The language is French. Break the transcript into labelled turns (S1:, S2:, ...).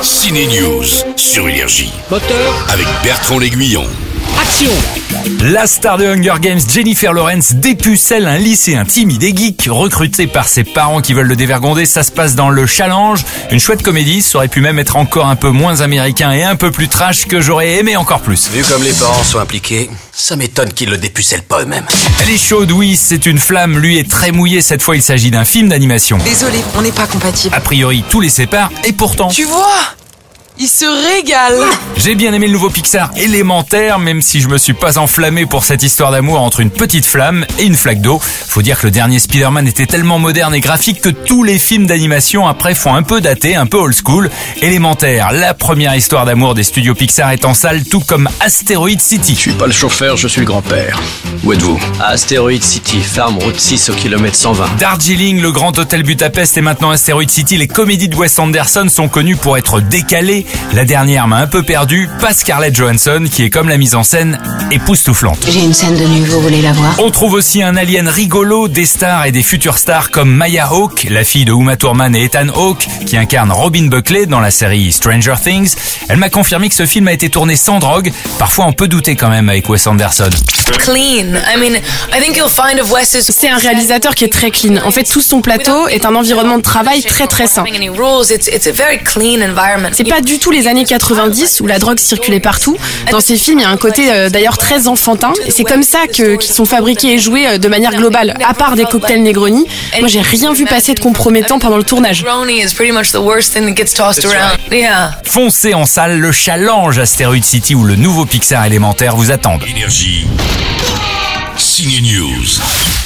S1: Ciné News sur Énergie
S2: Moteur,
S1: avec Bertrand L'Aiguillon.
S2: action
S3: La star de Hunger Games, Jennifer Lawrence, dépucelle un lycéen timide et geek recruté par ses parents qui veulent le dévergonder. Ça se passe dans le challenge. Une chouette comédie, ça aurait pu même être encore un peu moins américain et un peu plus trash que j'aurais aimé encore plus.
S4: Vu comme les parents sont impliqués, ça m'étonne qu'ils le dépucellent pas eux-mêmes.
S3: Elle est chaude, oui, c'est une flamme. Lui est très mouillé. Cette fois, il s'agit d'un film d'animation.
S5: Désolé, on n'est pas compatibles.
S3: A priori, tous les séparent et pourtant...
S5: Tu vois Il se régale
S3: J'ai bien aimé le nouveau Pixar élémentaire, même si je me suis pas enflammé pour cette histoire d'amour entre une petite flamme et une flaque d'eau. Faut dire que le dernier Spider-Man était tellement moderne et graphique que tous les films d'animation après font un peu daté, un peu old school. Élémentaire, la première histoire d'amour des studios Pixar est en salle, tout comme Asteroid City.
S6: Je suis pas le chauffeur, je suis le grand-père.
S4: Où êtes-vous
S6: Astéroïde City, Farm Route 6 au kilomètre 120.
S3: Darjeeling, le grand hôtel Budapest et maintenant Asteroid City, les comédies de Wes Anderson sont connues pour être décalées. La dernière m'a un peu perdu, pas Scarlett Johansson, qui est comme la mise en scène époustouflante.
S7: J'ai une scène de nuit, vous voulez la voir
S3: On trouve aussi un alien rigolo, des stars et des futurs stars comme Maya Hawke, la fille de Uma Thurman et Ethan Hawke, qui incarne Robin Buckley dans la série Stranger Things. Elle m'a confirmé que ce film a été tourné sans drogue. Parfois, on peut douter quand même avec Wes Anderson.
S8: clean. I mean, I think you'll find of Wes's.
S9: C'est un réalisateur qui est très clean. En fait, tout son plateau est un environnement de travail très très sain.
S8: Any rules? It's it's a very clean environment.
S9: C'est pas du tout les années 90 où la drogue circulait partout. Dans ces films, il y a un côté euh, d'ailleurs très enfantin. Et c'est comme ça que qu'ils sont fabriqués et joués euh, de manière globale. À part des cocktails Negroni, moi j'ai rien vu passer de compromettant pendant le tournage.
S8: Brony is pretty much the worst thing that gets tossed around. Yeah.
S3: Foncez en salle, le challenge Asteroid City ou le nouveau Pixar élémentaire vous attendent.
S1: Énergie. Ciné News.